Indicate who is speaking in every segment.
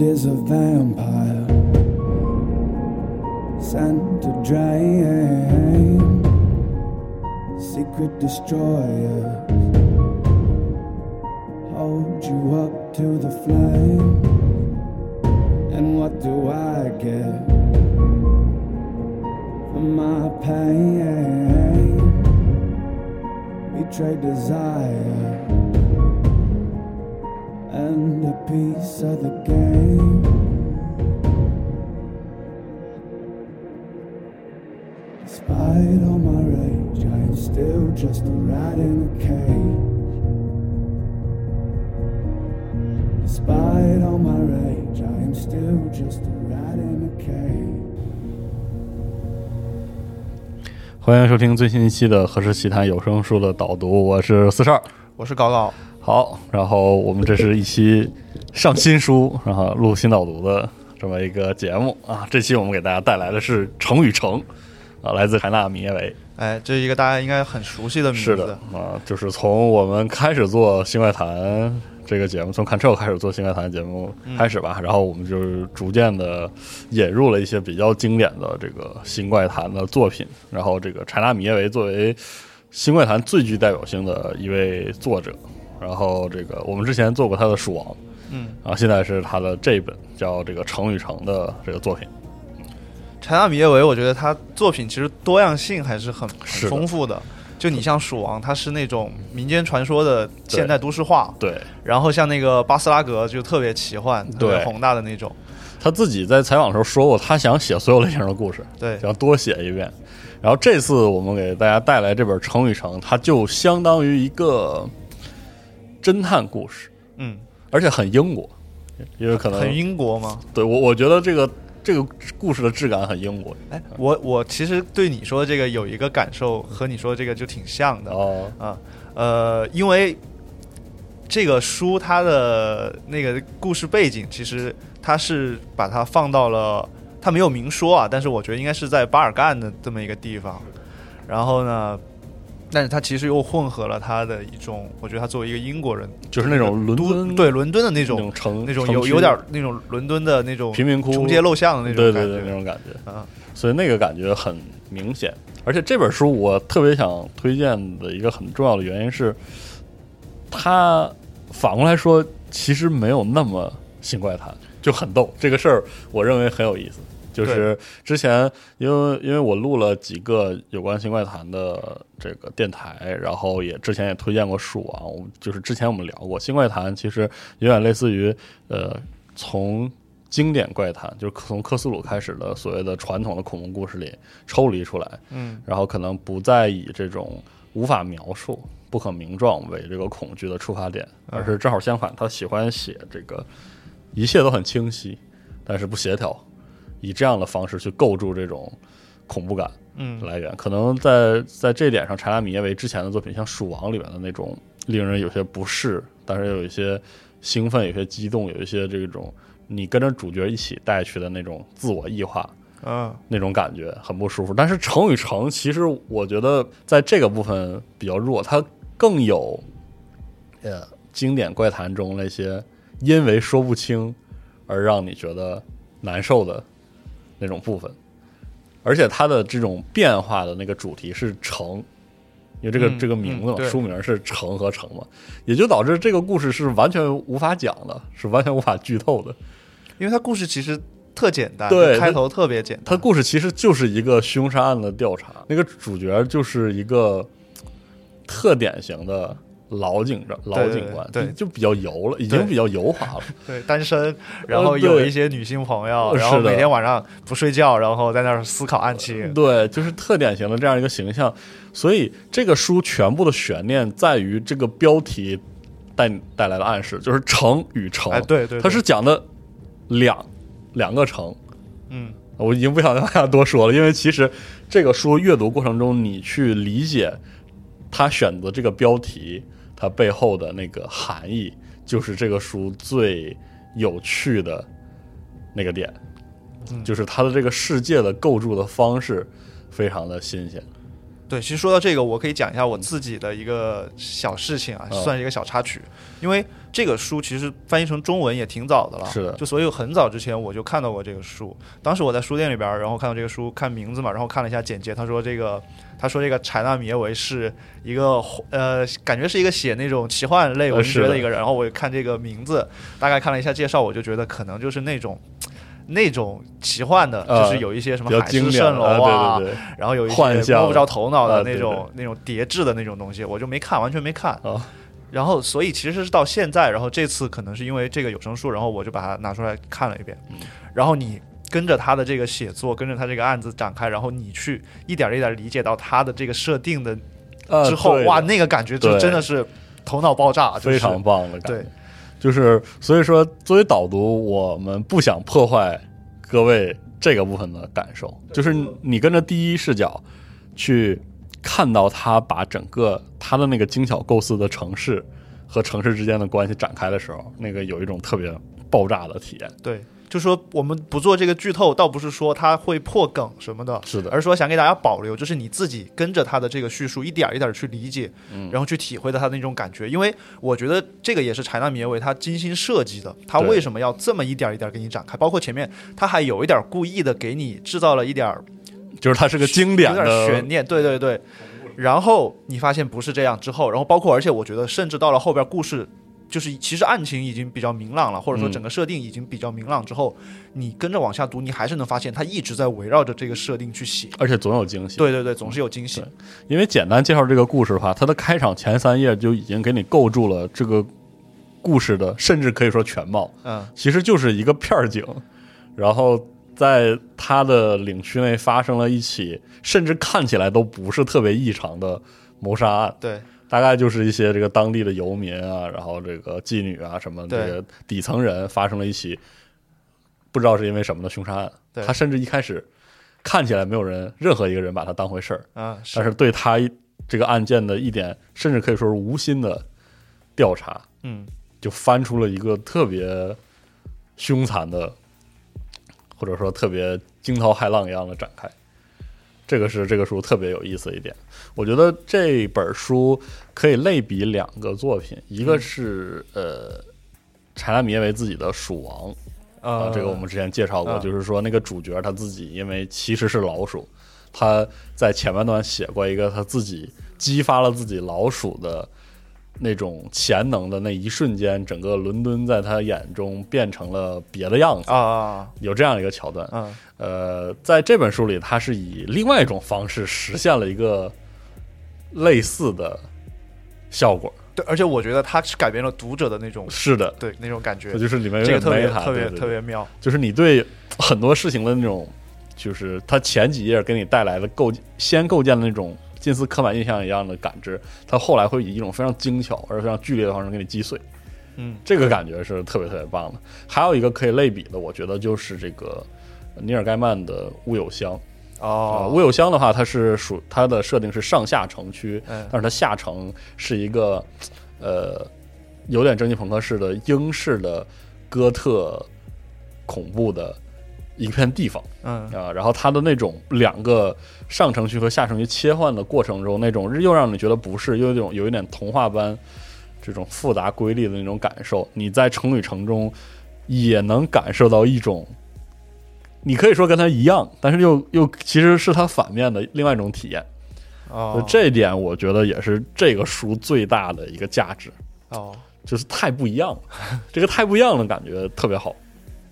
Speaker 1: is a vampire sent to drain secret destroyers. Hold you up to the flame, and what do I get for my pain? Betrayed desire and a piece of the game. Despite all my rage, I am still just a rat in a cage. Despite all my rage, I am still just a rat in a cage.
Speaker 2: 欢迎收听最新一期的《何氏奇谈有声书》的导读，我是四十二。
Speaker 3: 我是高高，
Speaker 2: 好，然后我们这是一期上新书，然后录新导读的这么一个节目啊。这期我们给大家带来的是《成与成》，啊，来自海纳米耶维。
Speaker 3: 哎，这是一个大家应该很熟悉的名字。
Speaker 2: 是的，啊，就是从我们开始做新外谈这个节目，从 Control 开始做新外谈节目开始吧，然后我们就是逐渐的引入了一些比较经典的这个新怪谈的作品，然后这个柴纳米耶维作为新怪谈最具代表性的一位作者，然后这个我们之前做过他的《鼠王》，
Speaker 3: 嗯，
Speaker 2: 然后现在是他的这一本叫这个《成与成》的这个作品。
Speaker 3: 柴纳米耶维，我觉得他作品其实多样性还是很
Speaker 2: 是
Speaker 3: 很
Speaker 2: 的
Speaker 3: 丰富的。就你像《鼠王》，它是那种民间传说的现代都市化，
Speaker 2: 对
Speaker 3: 然后像那个巴斯拉格就特别奇幻、特别
Speaker 2: 对
Speaker 3: 宏大的那种。
Speaker 2: 他自己在采访的时候说过，他想写所有类型的故事，
Speaker 3: 对，
Speaker 2: 想多写一遍。然后这次我们给大家带来这本《成与成》，它就相当于一个侦探故事，
Speaker 3: 嗯，
Speaker 2: 而且很英国，因为可能
Speaker 3: 很英国吗？
Speaker 2: 对我我觉得这个这个故事的质感很英国
Speaker 3: 哎，我我其实对你说的这个有一个感受，和你说的这个就挺像的。
Speaker 2: 哦，
Speaker 3: 啊，呃，因为这个书它的那个故事背景，其实它是把它放到了，它没有明说啊，但是我觉得应该是在巴尔干的这么一个地方。然后呢，但是它其实又混合了它的一种，我觉得他作为一个英国人，
Speaker 2: 就是那种伦
Speaker 3: 都
Speaker 2: 敦
Speaker 3: 对伦敦的那
Speaker 2: 那
Speaker 3: 种
Speaker 2: 城
Speaker 3: 那种
Speaker 2: 城
Speaker 3: 有
Speaker 2: 区
Speaker 3: 有点那种伦敦的那种
Speaker 2: 贫民窟
Speaker 3: 穷街陋巷的那种
Speaker 2: 对
Speaker 3: 感
Speaker 2: 对
Speaker 3: 觉
Speaker 2: 对那种感觉，
Speaker 3: 啊，
Speaker 2: 所以那个感觉很明显。而且这本书我特别想推荐的一个很重要的原因是，它反过来说其实没有那么新怪谈，就很逗。这个事儿我认为很有意思。就是之前因为因为我录了几个有关新怪谈的这个电台，然后也之前也推荐过书啊，我就是之前我们聊过新怪谈，其实有点类似于呃从。经典怪谈就是从克苏鲁开始的所谓的传统的恐怖故事里抽离出来，
Speaker 3: 嗯
Speaker 2: 然后可能不再以这种无法描述、不可名状为这个恐惧的出发点，而是正好相反，他喜欢写这个一切都很清晰，但是不协调，以这样的方式去构筑这种恐怖感
Speaker 3: 嗯，
Speaker 2: 来源。可能在在这一点上，查拉米耶维之前的作品，像《鼠王》里面的那种令人有些不适，但是又有一些兴奋、有些激动、有一些这种你跟着主角一起带去的那种自我异化，
Speaker 3: 嗯
Speaker 2: 那种感觉很不舒服。但是成与成，其实我觉得在这个部分比较弱，它更有呃经典怪谈中那些因为说不清而让你觉得难受的那种部分，而且它的这种变化的那个主题是成。因为这个、
Speaker 3: 嗯
Speaker 2: 这个名字嘛，
Speaker 3: 嗯对
Speaker 2: 书名是“成”和“成”嘛，也就导致这个故事是完全无法讲的，是完全无法剧透的。
Speaker 3: 因为它故事其实特简单，
Speaker 2: 对
Speaker 3: 开
Speaker 2: 它
Speaker 3: 头特别简单，
Speaker 2: 他故事其实就是一个凶杀案的调查，那个主角就是一个特典型的老警长、老警官，
Speaker 3: 对对对
Speaker 2: 就就比较油了，已经比较油滑了。
Speaker 3: 对，单身，然后有一些女性朋友，
Speaker 2: 对
Speaker 3: 然后
Speaker 2: 呃是的
Speaker 3: 每天晚上不睡觉，然后在那儿思考案 情。
Speaker 2: 对，就是特典型的这样一个形象。所以这个书全部的悬念在于这个标题带带来的暗示，就是成与成。
Speaker 3: 哎，对对，对
Speaker 2: 它是讲的两两个成，
Speaker 3: 嗯
Speaker 2: 我已经不想再往下多说了，因为其实这个书阅读过程中，你去理解他选择这个标题，它背后的那个含义，就是这个书最有趣的那个点，
Speaker 3: 嗯
Speaker 2: 就是它的这个世界的构筑的方式非常的新鲜。
Speaker 3: 对。其实说到这个，我可以讲一下我自己的一个小事情啊，
Speaker 2: 嗯
Speaker 3: 算是一个小插曲，因为这个书其实翻译成中文也挺早的了，
Speaker 2: 是的
Speaker 3: 就所以很早之前我就看到过这个书。当时我在书店里边儿，然后看到这个书，看名字嘛，然后看了一下简介，他说这个，他说这个柴纳米耶维是一个呃，感觉是一个写那种奇幻类文学
Speaker 2: 呃是
Speaker 3: 的
Speaker 2: 的
Speaker 3: 一个人。然后我看这个名字，大概看了一下介绍，我就觉得可能就是那种。那种奇幻的，
Speaker 2: 呃
Speaker 3: 就是有一些
Speaker 2: 比
Speaker 3: 什么
Speaker 2: 较
Speaker 3: 海
Speaker 2: 经
Speaker 3: 市
Speaker 2: 典
Speaker 3: 蜃楼啊，
Speaker 2: 啊，对对对，
Speaker 3: 然后有一些
Speaker 2: 幻象
Speaker 3: 摸不着头脑
Speaker 2: 啊
Speaker 3: 的
Speaker 2: 对
Speaker 3: 那种、那种叠置的那种东西，我就没看，完全没看。
Speaker 2: 啊
Speaker 3: 然后，所以其实是到现在，然后这次可能是因为这个有声书，然后我就把它拿出来看了一遍。
Speaker 2: 嗯
Speaker 3: 然后你跟着他的这个写作，跟着他这个案子展开，然后你去一点儿一点儿理解到他的这个设定的
Speaker 2: 啊
Speaker 3: 之后，
Speaker 2: 对
Speaker 3: 哇，
Speaker 2: 的
Speaker 3: 那个感觉就
Speaker 2: 对
Speaker 3: 真的是头脑爆炸，就
Speaker 2: 非
Speaker 3: 是
Speaker 2: 常棒的感觉。
Speaker 3: 对，
Speaker 2: 就是所以说，作为导读，我们不想破坏各位这个部分的感受，就是你跟着第一视角去看到他把整个他的那个精巧构思的城市和城市之间的关系展开的时候，那个有一种特别爆炸的体验。
Speaker 3: 对，就说我们不做这个剧透，倒不是说它会破梗什么的，
Speaker 2: 是的
Speaker 3: 而是说想给大家保留，就是你自己跟着他的这个叙述一点儿一点儿去理解，
Speaker 2: 嗯
Speaker 3: 然后去体会到他的那种感觉。因为我觉得这个也是柴纳米耶维他精心设计的，他
Speaker 2: 对
Speaker 3: 为什么要这么一点儿一点儿给你展开？包括前面他还有一点儿故意的给你制造了一点儿
Speaker 2: 就是它是个经典
Speaker 3: 有点悬
Speaker 2: 的，
Speaker 3: 念，对对对。然后你发现不是这样之后，然后包括而且我觉得，甚至到了后边故事，就是其实案情已经比较明朗了，或者说
Speaker 2: 嗯
Speaker 3: 整个设定已经比较明朗之后，你跟着往下读，你还是能发现他一直在围绕着这个设定去写。
Speaker 2: 而且总有惊喜。
Speaker 3: 对对对，总是有惊喜。
Speaker 2: 因为简单介绍这个故事的话，它的开场前三页就已经给你构筑了这个故事的，甚至可以说全貌。
Speaker 3: 嗯，
Speaker 2: 其实就是一个片儿警，然后在他的领区内发生了一起，甚至看起来都不是特别异常的谋杀案，
Speaker 3: 对
Speaker 2: 大概就是一些这个当地的游民啊，然后这个妓女啊什么这
Speaker 3: 对
Speaker 2: 些底层人发生了一起不知道是因为什么的凶杀案。
Speaker 3: 对
Speaker 2: 他甚至一开始看起来没有人任何一个人把他当回事儿，
Speaker 3: 啊，
Speaker 2: 但
Speaker 3: 是
Speaker 2: 是对他一这个案件的一点，甚至可以说是无心的调查，
Speaker 3: 嗯，
Speaker 2: 就翻出了一个特别凶残的，或者说特别惊涛骇浪一样的展开。这个是这个书特别有意思的一点，我觉得这本书可以类比两个作品，一个是、呃柴拉米耶维自己的《鼠王》啊、
Speaker 3: 呃，
Speaker 2: 这个我们之前介绍过，
Speaker 3: 啊
Speaker 2: 就是说那个主角他自己因为其实是老鼠，他在前半段写过一个他自己激发了自己老鼠的那种潜能的那一瞬间，整个伦敦在他眼中变成了别的样子，
Speaker 3: 啊啊
Speaker 2: 有这样一个桥段。
Speaker 3: 啊啊，
Speaker 2: 呃，在这本书里，他是以另外一种方式实现了一个类似的效果。
Speaker 3: 对，而且我觉得他是改变了读者的那种
Speaker 2: 是的，
Speaker 3: 对那种感觉
Speaker 2: 这，就是里面有
Speaker 3: 这
Speaker 2: 点
Speaker 3: 个特别
Speaker 2: meta，
Speaker 3: 特别
Speaker 2: 对对对
Speaker 3: 特别妙。
Speaker 2: 就是你对很多事情的那种，就是它前几页给你带来的构先构建的那种近似刻板印象一样的感知，它后来会以一种非常精巧而非常剧烈的方式给你击碎。
Speaker 3: 嗯，
Speaker 2: 这个感觉是特别特别棒的。还有一个可以类比的，我觉得就是这个呃尼尔盖曼的《乌有乡》啊，
Speaker 3: 哦
Speaker 2: 乌，有乡的话，它是属它的设定是上下城区，
Speaker 3: 嗯
Speaker 2: 但是它下城是一个呃有点蒸汽朋克式的英式的哥特恐怖的一片地方
Speaker 3: 嗯
Speaker 2: 啊。然后它的那种两个上城区和下城区切换的过程中，那种又让你觉得不适，又有一种有一点童话般这种复杂规律的那种感受，你在城与城中也能感受到一种。你可以说跟它一样，但是又又其实是它反面的另外一种体验，
Speaker 3: 哦，
Speaker 2: 这一点我觉得也是这个书最大的一个价值。
Speaker 3: 哦。
Speaker 2: 就是太不一样了，这个太不一样的感觉特别好。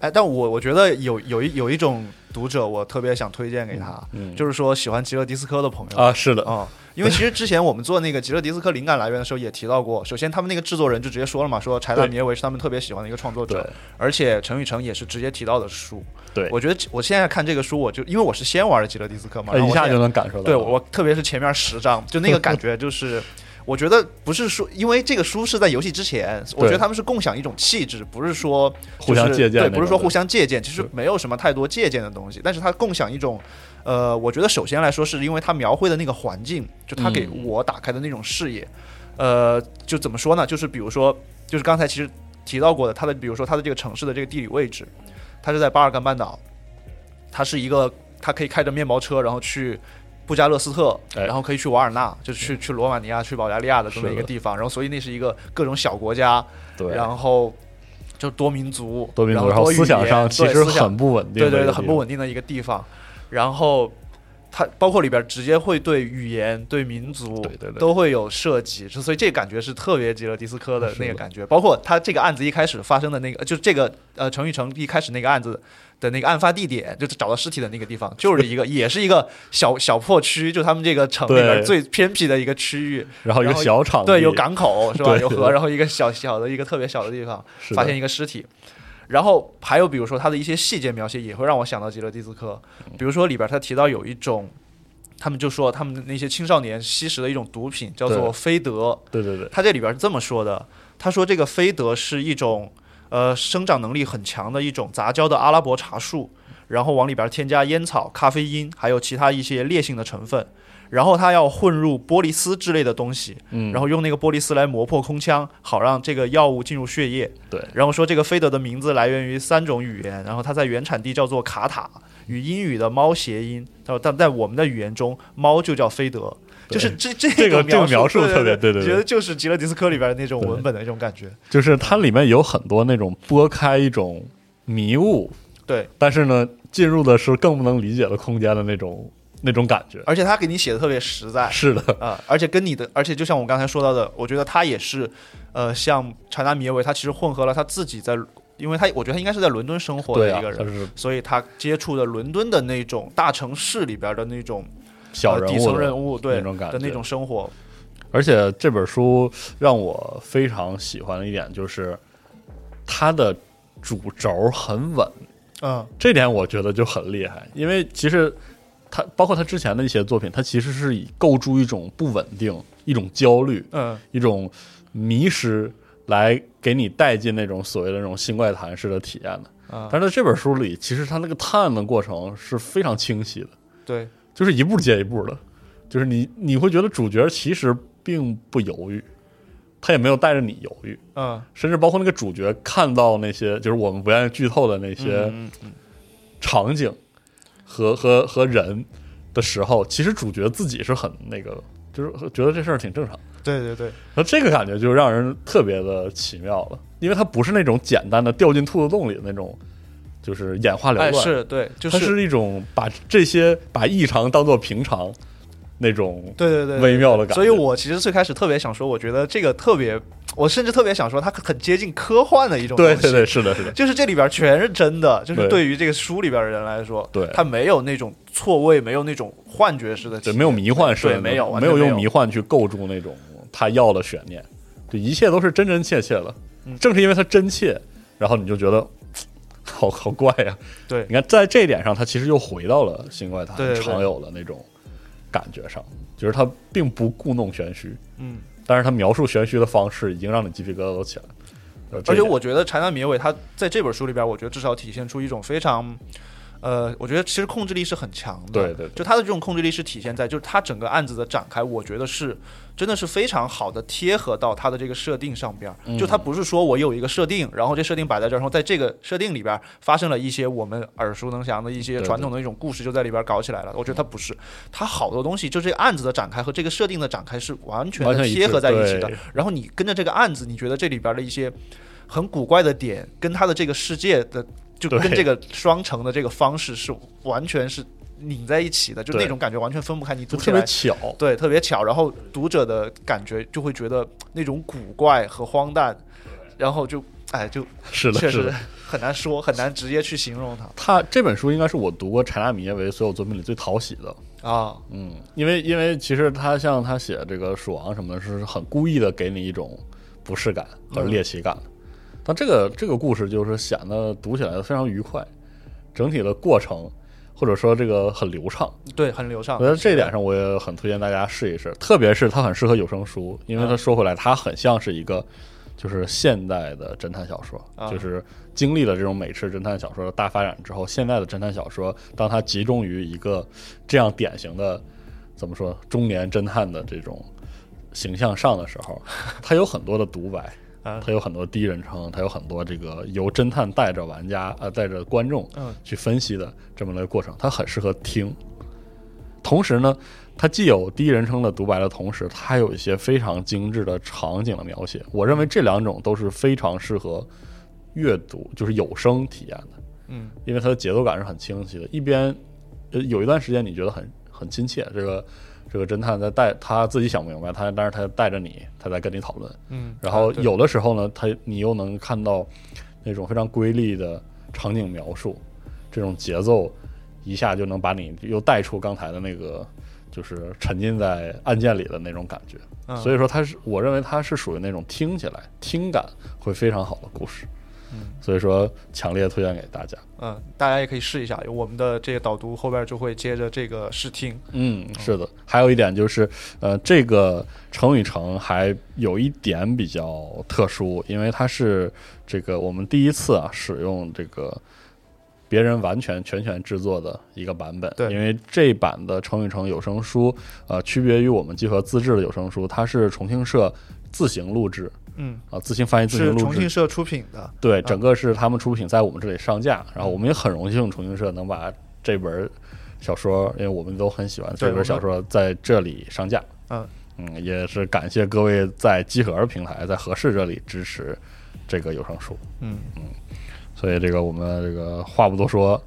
Speaker 3: 哎，但我我觉得有有一有一种读者，我特别想推荐给他，
Speaker 2: 嗯嗯
Speaker 3: 就是说喜欢极乐迪斯科的朋友
Speaker 2: 啊，是的，
Speaker 3: 哦因为其实之前我们做那个极乐迪斯科灵感来源的时候也提到过，首先他们那个制作人就直接说了嘛，说柴达米耶维是他们特别喜欢的一个创作者
Speaker 2: 对，
Speaker 3: 而且陈宇成也是直接提到的书。
Speaker 2: 对，
Speaker 3: 我觉得我现在看这个书，我就因为我是先玩的极乐迪斯科嘛，
Speaker 2: 呃
Speaker 3: 然后
Speaker 2: 一
Speaker 3: 我
Speaker 2: 下
Speaker 3: 现在
Speaker 2: 就能感受到。
Speaker 3: 对我，我特别是前面十章，就那个感觉就是。我觉得不是说，因为这个书是在游戏之前，我觉得他们是共享一种气质，不是说、就是、
Speaker 2: 互相借鉴那
Speaker 3: 对，不是
Speaker 2: 种
Speaker 3: 说
Speaker 2: 对
Speaker 3: 互相借鉴，其实没有什么太多借鉴的东西，但是它共享一种，呃，我觉得首先来说是因为它描绘的那个环境，就它给
Speaker 2: 嗯
Speaker 3: 我打开的那种视野，呃，就怎么说呢？就是比如说，就是刚才其实提到过的，它的比如说它的这个城市的这个地理位置，它是在巴尔干半岛，它是一个它可以开着面包车，然后去布加勒斯特，
Speaker 2: 哎
Speaker 3: 然后可以去瓦尔纳，就是去去罗马尼亚、去保加利亚的这么一
Speaker 2: 是
Speaker 3: 个
Speaker 2: 的
Speaker 3: 地方。然后，所以那是一个各种小国家，
Speaker 2: 对，
Speaker 3: 然后就多民族，
Speaker 2: 多民族，
Speaker 3: 然
Speaker 2: 然
Speaker 3: 后
Speaker 2: 后
Speaker 3: 多
Speaker 2: 思想
Speaker 3: 语言
Speaker 2: 上其
Speaker 3: 对
Speaker 2: 实
Speaker 3: 思想
Speaker 2: 很不稳定，
Speaker 3: 对对对，很不。稳定的一个地方。然后它包括里边直接会对语言、对民族
Speaker 2: 对对对
Speaker 3: 都会有涉及，所以这感觉是特别吉勒迪斯科的
Speaker 2: 是
Speaker 3: 那个
Speaker 2: 的
Speaker 3: 感觉。包括他这个案子一开始发生的那个，就这个呃程昱成一开始那个案子。的那个案发地点，就是找到尸体的那个地方，就 是一个，也是一个小小破区，就他们这个城里边
Speaker 2: 对
Speaker 3: 最偏僻的一个区域。
Speaker 2: 然后一个
Speaker 3: 然后
Speaker 2: 小厂
Speaker 3: 对，有港口是吧？
Speaker 2: 对
Speaker 3: 有河，
Speaker 2: 对
Speaker 3: 然后一个小小的一个特别小的地方，
Speaker 2: 是的
Speaker 3: 发现一个尸体。然后还有比如说它的一些细节描写也会让我想到吉勒蒂斯科，
Speaker 2: 嗯
Speaker 3: 比如说里边儿他提到有一种，他们就说他们的那些青少年吸食的一种毒品叫做
Speaker 2: 对
Speaker 3: 非德，
Speaker 2: 对对对，
Speaker 3: 他这里边儿是这么说的，他说这个非德是一种呃生长能力很强的一种杂交的阿拉伯茶树，然后往里边儿添加烟草、咖啡因，还有其他一些烈性的成分，然后它要混入玻璃丝之类的东西，
Speaker 2: 嗯，
Speaker 3: 然后用那个玻璃丝来磨破空腔，好让这个药物进入血液。
Speaker 2: 对
Speaker 3: 然后说这个菲德的名字来源于三种语言，然后它在原产地叫做卡塔，与英语的猫谐音。他说，但在我们的语言中，猫就叫菲德。
Speaker 2: 对
Speaker 3: 就是这这
Speaker 2: 这个
Speaker 3: 种
Speaker 2: 这个描
Speaker 3: 述
Speaker 2: 述特别
Speaker 3: 对
Speaker 2: 对对对
Speaker 3: 觉得就是《极乐迪斯科》里边的那种
Speaker 2: 对
Speaker 3: 文本的那种感觉。
Speaker 2: 就是它里面有很多那种拨开一种迷雾，
Speaker 3: 对，
Speaker 2: 但是呢，进入的是更不能理解的空间的那种那种感觉。
Speaker 3: 而且他给你写的特别实在，
Speaker 2: 是的，
Speaker 3: 啊，而且跟你的，而且就像我刚才说到的，我觉得他也是，呃，像查纳米耶维，他其实混合了他自己在，因为他我觉得他应该是在伦敦生活
Speaker 2: 对
Speaker 3: 的一
Speaker 2: 啊
Speaker 3: 个，人
Speaker 2: 他，是
Speaker 3: 所以他接触的伦敦的那种大城市里边的那种
Speaker 2: 小
Speaker 3: 呃
Speaker 2: 人
Speaker 3: 底
Speaker 2: 物
Speaker 3: 层
Speaker 2: 的
Speaker 3: 人物对
Speaker 2: 那种感
Speaker 3: 的那
Speaker 2: 觉
Speaker 3: 种生活，
Speaker 2: 而且这本书让我非常喜欢的一点就是它的主轴很稳，
Speaker 3: 嗯，
Speaker 2: 这点我觉得就很厉害，因为其实他包括他之前的一些作品，他其实是以构筑一种不稳定、一种焦虑、
Speaker 3: 嗯，
Speaker 2: 一种迷失来给你带进那种所谓的那种新怪谈式的体验的。
Speaker 3: 啊，
Speaker 2: 但是在这本书里，其实他那个探案的过程是非常清晰的，
Speaker 3: 对，
Speaker 2: 就是一步接一步的，就是你你会觉得主角其实并不犹豫，他也没有带着你犹豫，
Speaker 3: 嗯，
Speaker 2: 甚至包括那个主角看到那些就是我们不愿意剧透的那些。
Speaker 3: 嗯嗯
Speaker 2: 场景和和和人的时候，其实主角自己是很那个，就是觉得这事儿挺正常。
Speaker 3: 对对对，
Speaker 2: 那这个感觉就让人特别的奇妙了，因为它不是那种简单的掉进兔子洞里的那种，就是眼花缭
Speaker 3: 哎，
Speaker 2: 乱，
Speaker 3: 是对，就
Speaker 2: 它是一种把这些把异常当做平常那种
Speaker 3: 对对对，
Speaker 2: 微妙的感觉。
Speaker 3: 所以我其实最开始特别想说，我觉得这个特别，我甚至特别想说，它很接近科幻的一种东
Speaker 2: 对
Speaker 3: 西，
Speaker 2: 对对，是的，是的，
Speaker 3: 就是这里边全是真的，就是
Speaker 2: 对
Speaker 3: 对于这个书里边的人来说，
Speaker 2: 对
Speaker 3: 他没有那种错位，没有那种幻觉式的体
Speaker 2: 对，
Speaker 3: 验，
Speaker 2: 没有迷幻式的
Speaker 3: 对
Speaker 2: 那种，
Speaker 3: 没有完
Speaker 2: 没
Speaker 3: 全
Speaker 2: 有
Speaker 3: 没
Speaker 2: 用
Speaker 3: 有
Speaker 2: 迷幻去构筑那种他要的悬念，就一切都是真真切切的
Speaker 3: 嗯。
Speaker 2: 正是因为他真切，然后你就觉得好好怪呀、
Speaker 3: 对
Speaker 2: 你看在这一点上，他其实又回到了新怪谈
Speaker 3: 对对对
Speaker 2: 常有的那种感觉上，就是他并不故弄玄虚，
Speaker 3: 嗯。
Speaker 2: 但是他描述玄虚的方式已经让你鸡皮疙瘩都起来了。呃这
Speaker 3: 而
Speaker 2: 一
Speaker 3: 且
Speaker 2: 点
Speaker 3: 我觉得柴南米伟他在这本书里边，我觉得至少体现出一种非常，呃，我觉得其实控制力是很强的。
Speaker 2: 对对对
Speaker 3: 就他的这种控制力是体现在，就是他整个案子的展开，我觉得是真的是非常好的贴合到他的这个设定上边儿。就
Speaker 2: 嗯
Speaker 3: 他不是说我有一个设定，然后这设定摆在这儿，然后在这个设定里边儿发生了一些我们耳熟能详的一些
Speaker 2: 对对
Speaker 3: 传统的一种故事，就在里边儿搞起来了。我觉得他不是，他好多东西就这个案子的展开和这个设定的展开是完全
Speaker 2: 完全
Speaker 3: 的
Speaker 2: 一
Speaker 3: 贴
Speaker 2: 致
Speaker 3: 合在一起
Speaker 2: 对
Speaker 3: 的。然后你跟着这个案子，你觉得这里边的一些很古怪的点，跟他的这个世界的，就
Speaker 2: 对
Speaker 3: 跟这个双城的这个方式是完全是拧在一起的，就
Speaker 2: 对
Speaker 3: 那种感觉完全分不开。你读
Speaker 2: 就
Speaker 3: 起
Speaker 2: 特别
Speaker 3: 来，
Speaker 2: 巧，
Speaker 3: 对，特别巧。然后读者的感觉就会觉得那种古怪和荒诞，然后就哎，就是
Speaker 2: 的，
Speaker 3: 确
Speaker 2: 是
Speaker 3: 实
Speaker 2: 的。
Speaker 3: 很难说，很难直接去形容
Speaker 2: 他这本书应该是我读过柴纳米耶维所有作品里最讨喜的，
Speaker 3: 它啊。
Speaker 2: 嗯，因为因为其实他像他写这个《鼠王》什么的，是很故意的给你一种不适感和猎奇感的。但这个这个故事就是显得读起来非常愉快，整体的过程或者说这个很流畅。
Speaker 3: 对，很流畅
Speaker 2: 我。觉得这一点上我也很推荐大家试一试，特别是它很适合有声书，因为它
Speaker 3: 嗯
Speaker 2: 说回来，它很像是一个就是现代的侦探小说，
Speaker 3: 啊
Speaker 2: 就是经历了这种美式侦探小说的大发展之后，现在的侦探小说当它集中于一个这样典型的怎么说中年侦探的这种形象上的时候，它有很多的独白。
Speaker 3: 啊
Speaker 2: 它有很多第一人称，它有很多这个由侦探带着玩家呃带着观众
Speaker 3: 嗯
Speaker 2: 去分析的这么一个过程，它很适合听。同时呢，它既有第一人称的独白的同时，它还有一些非常精致的场景的描写。我认为这两种都是非常适合阅读，就是有声体验的，
Speaker 3: 嗯
Speaker 2: 因为它的节奏感是很清晰的。一边呃有一段时间你觉得很很亲切，这个这个侦探在带他自己想不明白，他但是他带着你，他在跟你讨论。
Speaker 3: 嗯，
Speaker 2: 然后
Speaker 3: 啊对
Speaker 2: 有的时候呢，它你又能看到那种非常瑰丽的场景描述，这种节奏一下就能把你又带出刚才的那个就是沉浸在案件里的那种感觉。
Speaker 3: 嗯
Speaker 2: 所以说，它是我认为它是属于那种听起来听感会非常好的故事。
Speaker 3: 嗯
Speaker 2: 所以说，强烈推荐给大家。
Speaker 3: 嗯，大家也可以试一下，我们的这个导读后边就会接着这个试听，
Speaker 2: 嗯，是的。还有一点就是，呃，这个成语城还有一点比较特殊，因为它是这个我们第一次啊使用这个别人完全全权制作的一个版本。
Speaker 3: 对
Speaker 2: 因为这版的成语城有声书，呃，区别于我们集合自制的有声书，它是重庆社自行录制
Speaker 3: 嗯，
Speaker 2: 啊、自行翻译、自行
Speaker 3: 是
Speaker 2: 录
Speaker 3: 重
Speaker 2: 制
Speaker 3: 庆社出品的，
Speaker 2: 对，整个是他们出品在我们这里上架，然后我们也很荣幸重庆社能把这本小说，因为我们都很喜欢
Speaker 3: 对
Speaker 2: 这本小说在这里上架。
Speaker 3: 嗯
Speaker 2: 嗯，也是感谢各位在集合平台在合适这里支持这个有声书。
Speaker 3: 嗯，
Speaker 2: 所以这个我们这个话不多说，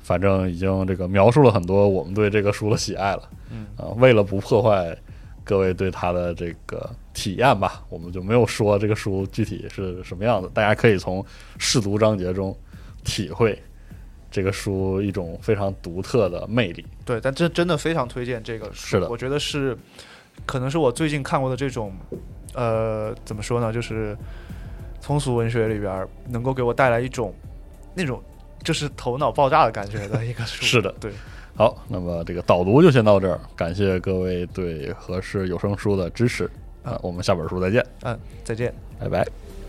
Speaker 2: 反正已经这个描述了很多我们对这个书的喜爱了。
Speaker 3: 嗯
Speaker 2: 啊，为了不破坏各位对它的这个体验吧，我们就没有说这个书具体是什么样的，大家可以从试读章节中体会这个书一种非常独特的魅力。
Speaker 3: 对，但这真的非常推荐这个书，
Speaker 2: 是的
Speaker 3: 我觉得是，可能是我最近看过的这种，呃，怎么说呢，就是通俗文学里边儿能够给我带来一种那种就是头脑爆炸的感觉的一个书，
Speaker 2: 是的
Speaker 3: 对，
Speaker 2: 好，那么这个导读就先到这儿，感谢各位对合适有声书的支持啊，我们下本书再见，
Speaker 3: 嗯，再见。
Speaker 2: 拜拜。
Speaker 1: Thank